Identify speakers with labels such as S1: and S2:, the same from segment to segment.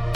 S1: assim.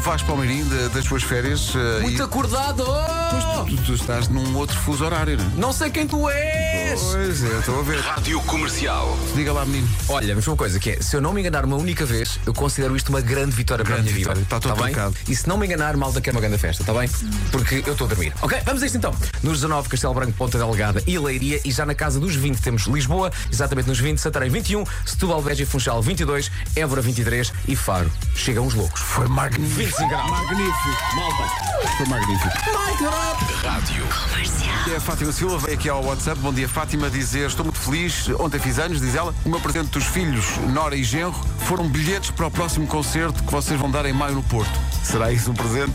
S2: Vasco Palmeirim de- das suas férias eh,
S3: Muito
S2: e
S3: acordado! oh!
S2: tu, tu estás num outro fuso horário, não é?
S3: Não sei quem tu és!
S2: Pois é, estou a ver.
S4: Rádio Comercial.
S2: Diga lá, menino.
S3: Olha, mas uma coisa que é, se eu não me enganar uma única vez, eu considero isto uma grande vitória para a
S2: Grande
S3: minha
S2: vitória, Tá
S3: vida. Tá
S2: está todo
S3: bem?
S2: trocado.
S3: E se não me enganar, malta quer uma grande festa, está bem? Porque eu estou a dormir. Ok, vamos a isto então. Nos 19, Castelo Branco, Ponta Delgada e Leiria. E já na casa dos 20 temos Lisboa, exatamente nos 20, Santarém 21, Setúbal, Beja e Funchal 22, Évora 23 e Faro. Chegam os loucos.
S2: Foi magnífico.
S3: 25 graus.
S2: Magnífico. Malta. Foi magnífico. É a Fátima Silva veio aqui ao WhatsApp. Bom dia, Fátima, dizer estou muito feliz. Ontem fiz anos, diz ela. O meu presente dos filhos, Nora e Genro, foram bilhetes para o próximo concerto que vocês vão dar em maio no Porto. Será isso um presente?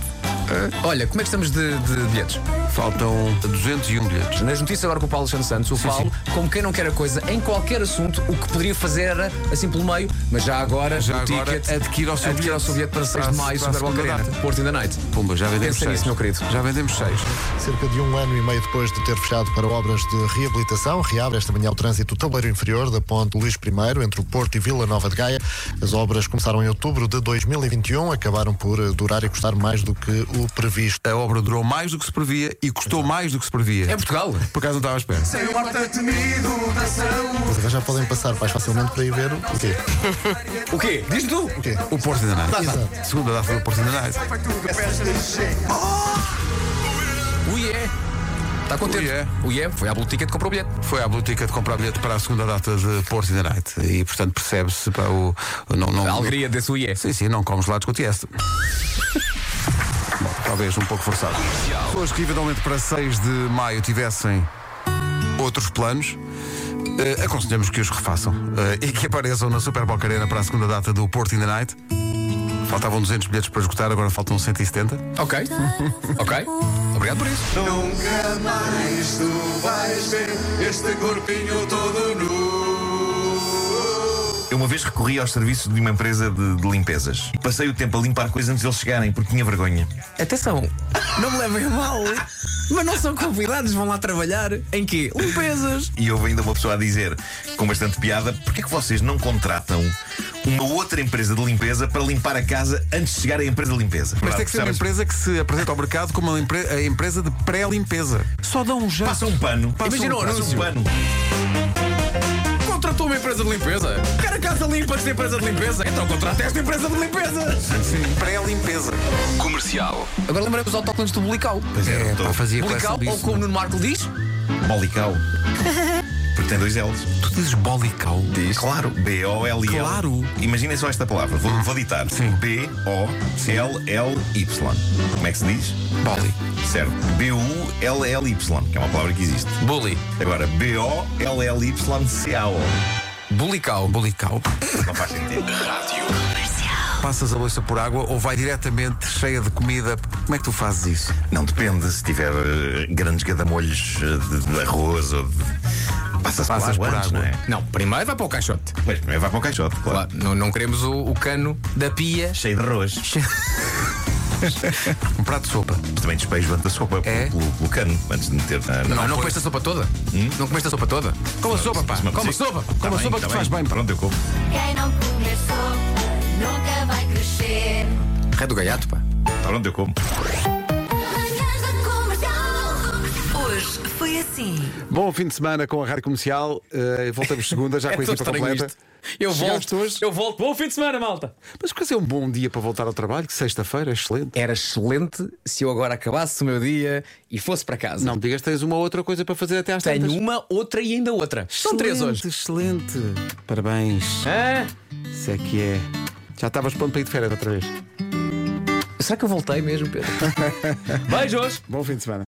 S3: Olha, como é que estamos de, de bilhetes?
S2: Faltam 201 bilhetes.
S3: Nas notícias agora com o Paulo Santos Santos, o Paulo, como quem não quer a coisa, em qualquer assunto, o que poderia fazer era assim pelo meio, mas já agora,
S2: Já
S3: o
S2: agora,
S3: ticket,
S2: adquira o seu bilhete.
S3: para 6
S2: Para
S3: de
S2: a-
S3: maio,
S2: para a
S3: Super Bowl
S2: segunda
S3: Arena,
S2: data.
S3: Porto in the Night.
S2: Pumba, já vendemos
S3: Pensa
S2: seis.
S3: nisso, meu querido.
S2: Já vendemos seis.
S5: Cerca de um ano e meio depois de ter fechado para obras de reabilitação, reabre esta manhã o trânsito do tabuleiro inferior da ponte Luís I entre o Porto e Vila Nova de Gaia. As obras começaram em outubro de 2021, acabaram por eh, durar e custar mais do que o previsto.
S2: A obra durou mais do que se previa e custou mais do que se previa.
S3: É Portugal.
S2: Por acaso não estava à espera.
S5: Mas já podem passar mais facilmente para ir ver o quê?
S3: O quê? Diz-me tu.
S5: O quê?
S2: O Porto ainda Night.
S5: Exato.
S2: Segunda data do Porto ainda Night.
S3: Ui, é. Está contente.
S2: Ui, é.
S3: Ui, é. Foi à Blue Ticket que comprou o bilhete.
S2: Foi à Blue Ticket comprar bilhete para a segunda data de Porto ainda Night. E, portanto, percebe-se para o. o- Não, não,
S3: A alegria desse Ui, é.
S2: Sim, sim, não comes lados com o Tiesto. Bom, talvez um pouco forçado. Pessoas que eventualmente para 6 de maio tivessem outros planos, eh, aconselhamos que os refaçam eh, e que apareçam na Super Boca Arena para a segunda data do Porto in the Night. Faltavam 200 bilhetes para esgotar, agora faltam 170.
S3: Ok. ok. Obrigado por
S2: É
S3: isso.
S6: Nunca mais tu vais ver este corpinho todo nu.
S7: Eu uma vez recorri aos serviços de uma empresa de, de limpezas. Passei o tempo a limpar coisas antes de eles chegarem, porque tinha vergonha.
S3: Atenção, não me levem a mal, mas não são convidados, vão lá trabalhar em quê? Limpezas.
S7: E houve ainda uma pessoa a dizer, com bastante piada, porque é que vocês não contratam uma outra empresa de limpeza para limpar a casa antes de chegar à empresa de limpeza?
S2: Mas tem que ser uma empresa que se apresenta ao mercado como uma empre- a empresa de pré-limpeza. Só dão um jeito.
S7: Passa um pano.
S2: Passa
S7: Imagina
S2: um
S7: um,
S2: anúncio.
S7: pano.
S3: Contratou uma empresa de limpeza. Quer a casa limpa antes da empresa de limpeza? Então contrata esta empresa de limpeza.
S2: Pré-limpeza.
S4: Comercial.
S3: Agora lembrei dos autocolantes do Bulical.
S2: É, pá, fazia coleção
S3: Bulical, ou
S2: disso. é?
S3: como o Nuno Marco diz,
S7: Bolical. Porque tem dois L's.
S2: Tu dizes bolical?
S7: Claro. B-O-L-L.
S2: Claro.
S7: Imaginem só esta palavra. Vou, vou ditar. B-O-L-L-Y. Como é que se diz?
S2: Boli.
S7: Certo. B-U-L-L-Y, que é uma palavra que existe.
S3: Bully.
S7: Agora, B-O-L-L-Y-C-A-O.
S3: Bulical.
S2: Bolical.
S7: Não faz sentido.
S2: Passas a louça por água ou vai diretamente cheia de comida? Como é que tu fazes isso?
S7: Não depende se tiver eh, grandes gadamolhos eh, de, de arroz ou de. Passa-se
S2: Passas por
S7: por água, antes,
S2: água.
S7: não é?
S3: Não, primeiro vai para o caixote.
S7: Pois, primeiro vai para o caixote, claro.
S3: Lá, não, não queremos o, o cano da pia.
S7: Cheio de arroz.
S2: Um prato de sopa.
S7: Mas Também despejo durante a sopa
S2: É?
S7: pelo, pelo- pelo cano, antes de meter na. na-
S3: Não, não comeste a sopa toda? Não comeste a sopa toda? Come a sopa, pá.
S7: se me
S3: Come a
S7: apetecer.
S3: sopa.
S7: Tá
S3: Come a
S7: bem,
S3: sopa
S7: tá
S3: que te faz bem. pá.
S7: Pronto, eu como.
S1: Quem não comer sopa nunca vai crescer.
S3: Ré do gaiato, pá.
S7: Pronto, eu como.
S1: Manhãs da comercial. Hoje foi assim.
S2: Bom fim de semana com a Rádio Comercial. Eh, voltamos segunda, já com a
S3: É tão
S2: equipa
S3: estranho
S2: completa.
S3: isto. Eu
S2: Chegaste
S3: volto.
S2: hoje?
S3: Eu volto. Bom fim de semana, malta.
S2: Mas quase é um bom dia para voltar ao trabalho, que sexta-feira é excelente.
S3: Era excelente se eu agora acabasse o meu dia e fosse para casa.
S2: Não me digas, tens uma outra coisa para fazer até às
S3: Tenho um.
S2: tantas.
S3: uma, outra e ainda outra. São três hoje.
S2: Excelente, excelente. Parabéns.
S3: Hã?
S2: Isso é que é. Já estavas pronto para ir de férias outra vez.
S3: Será que eu voltei mesmo, Pedro? Beijos!
S2: Bom fim de semana.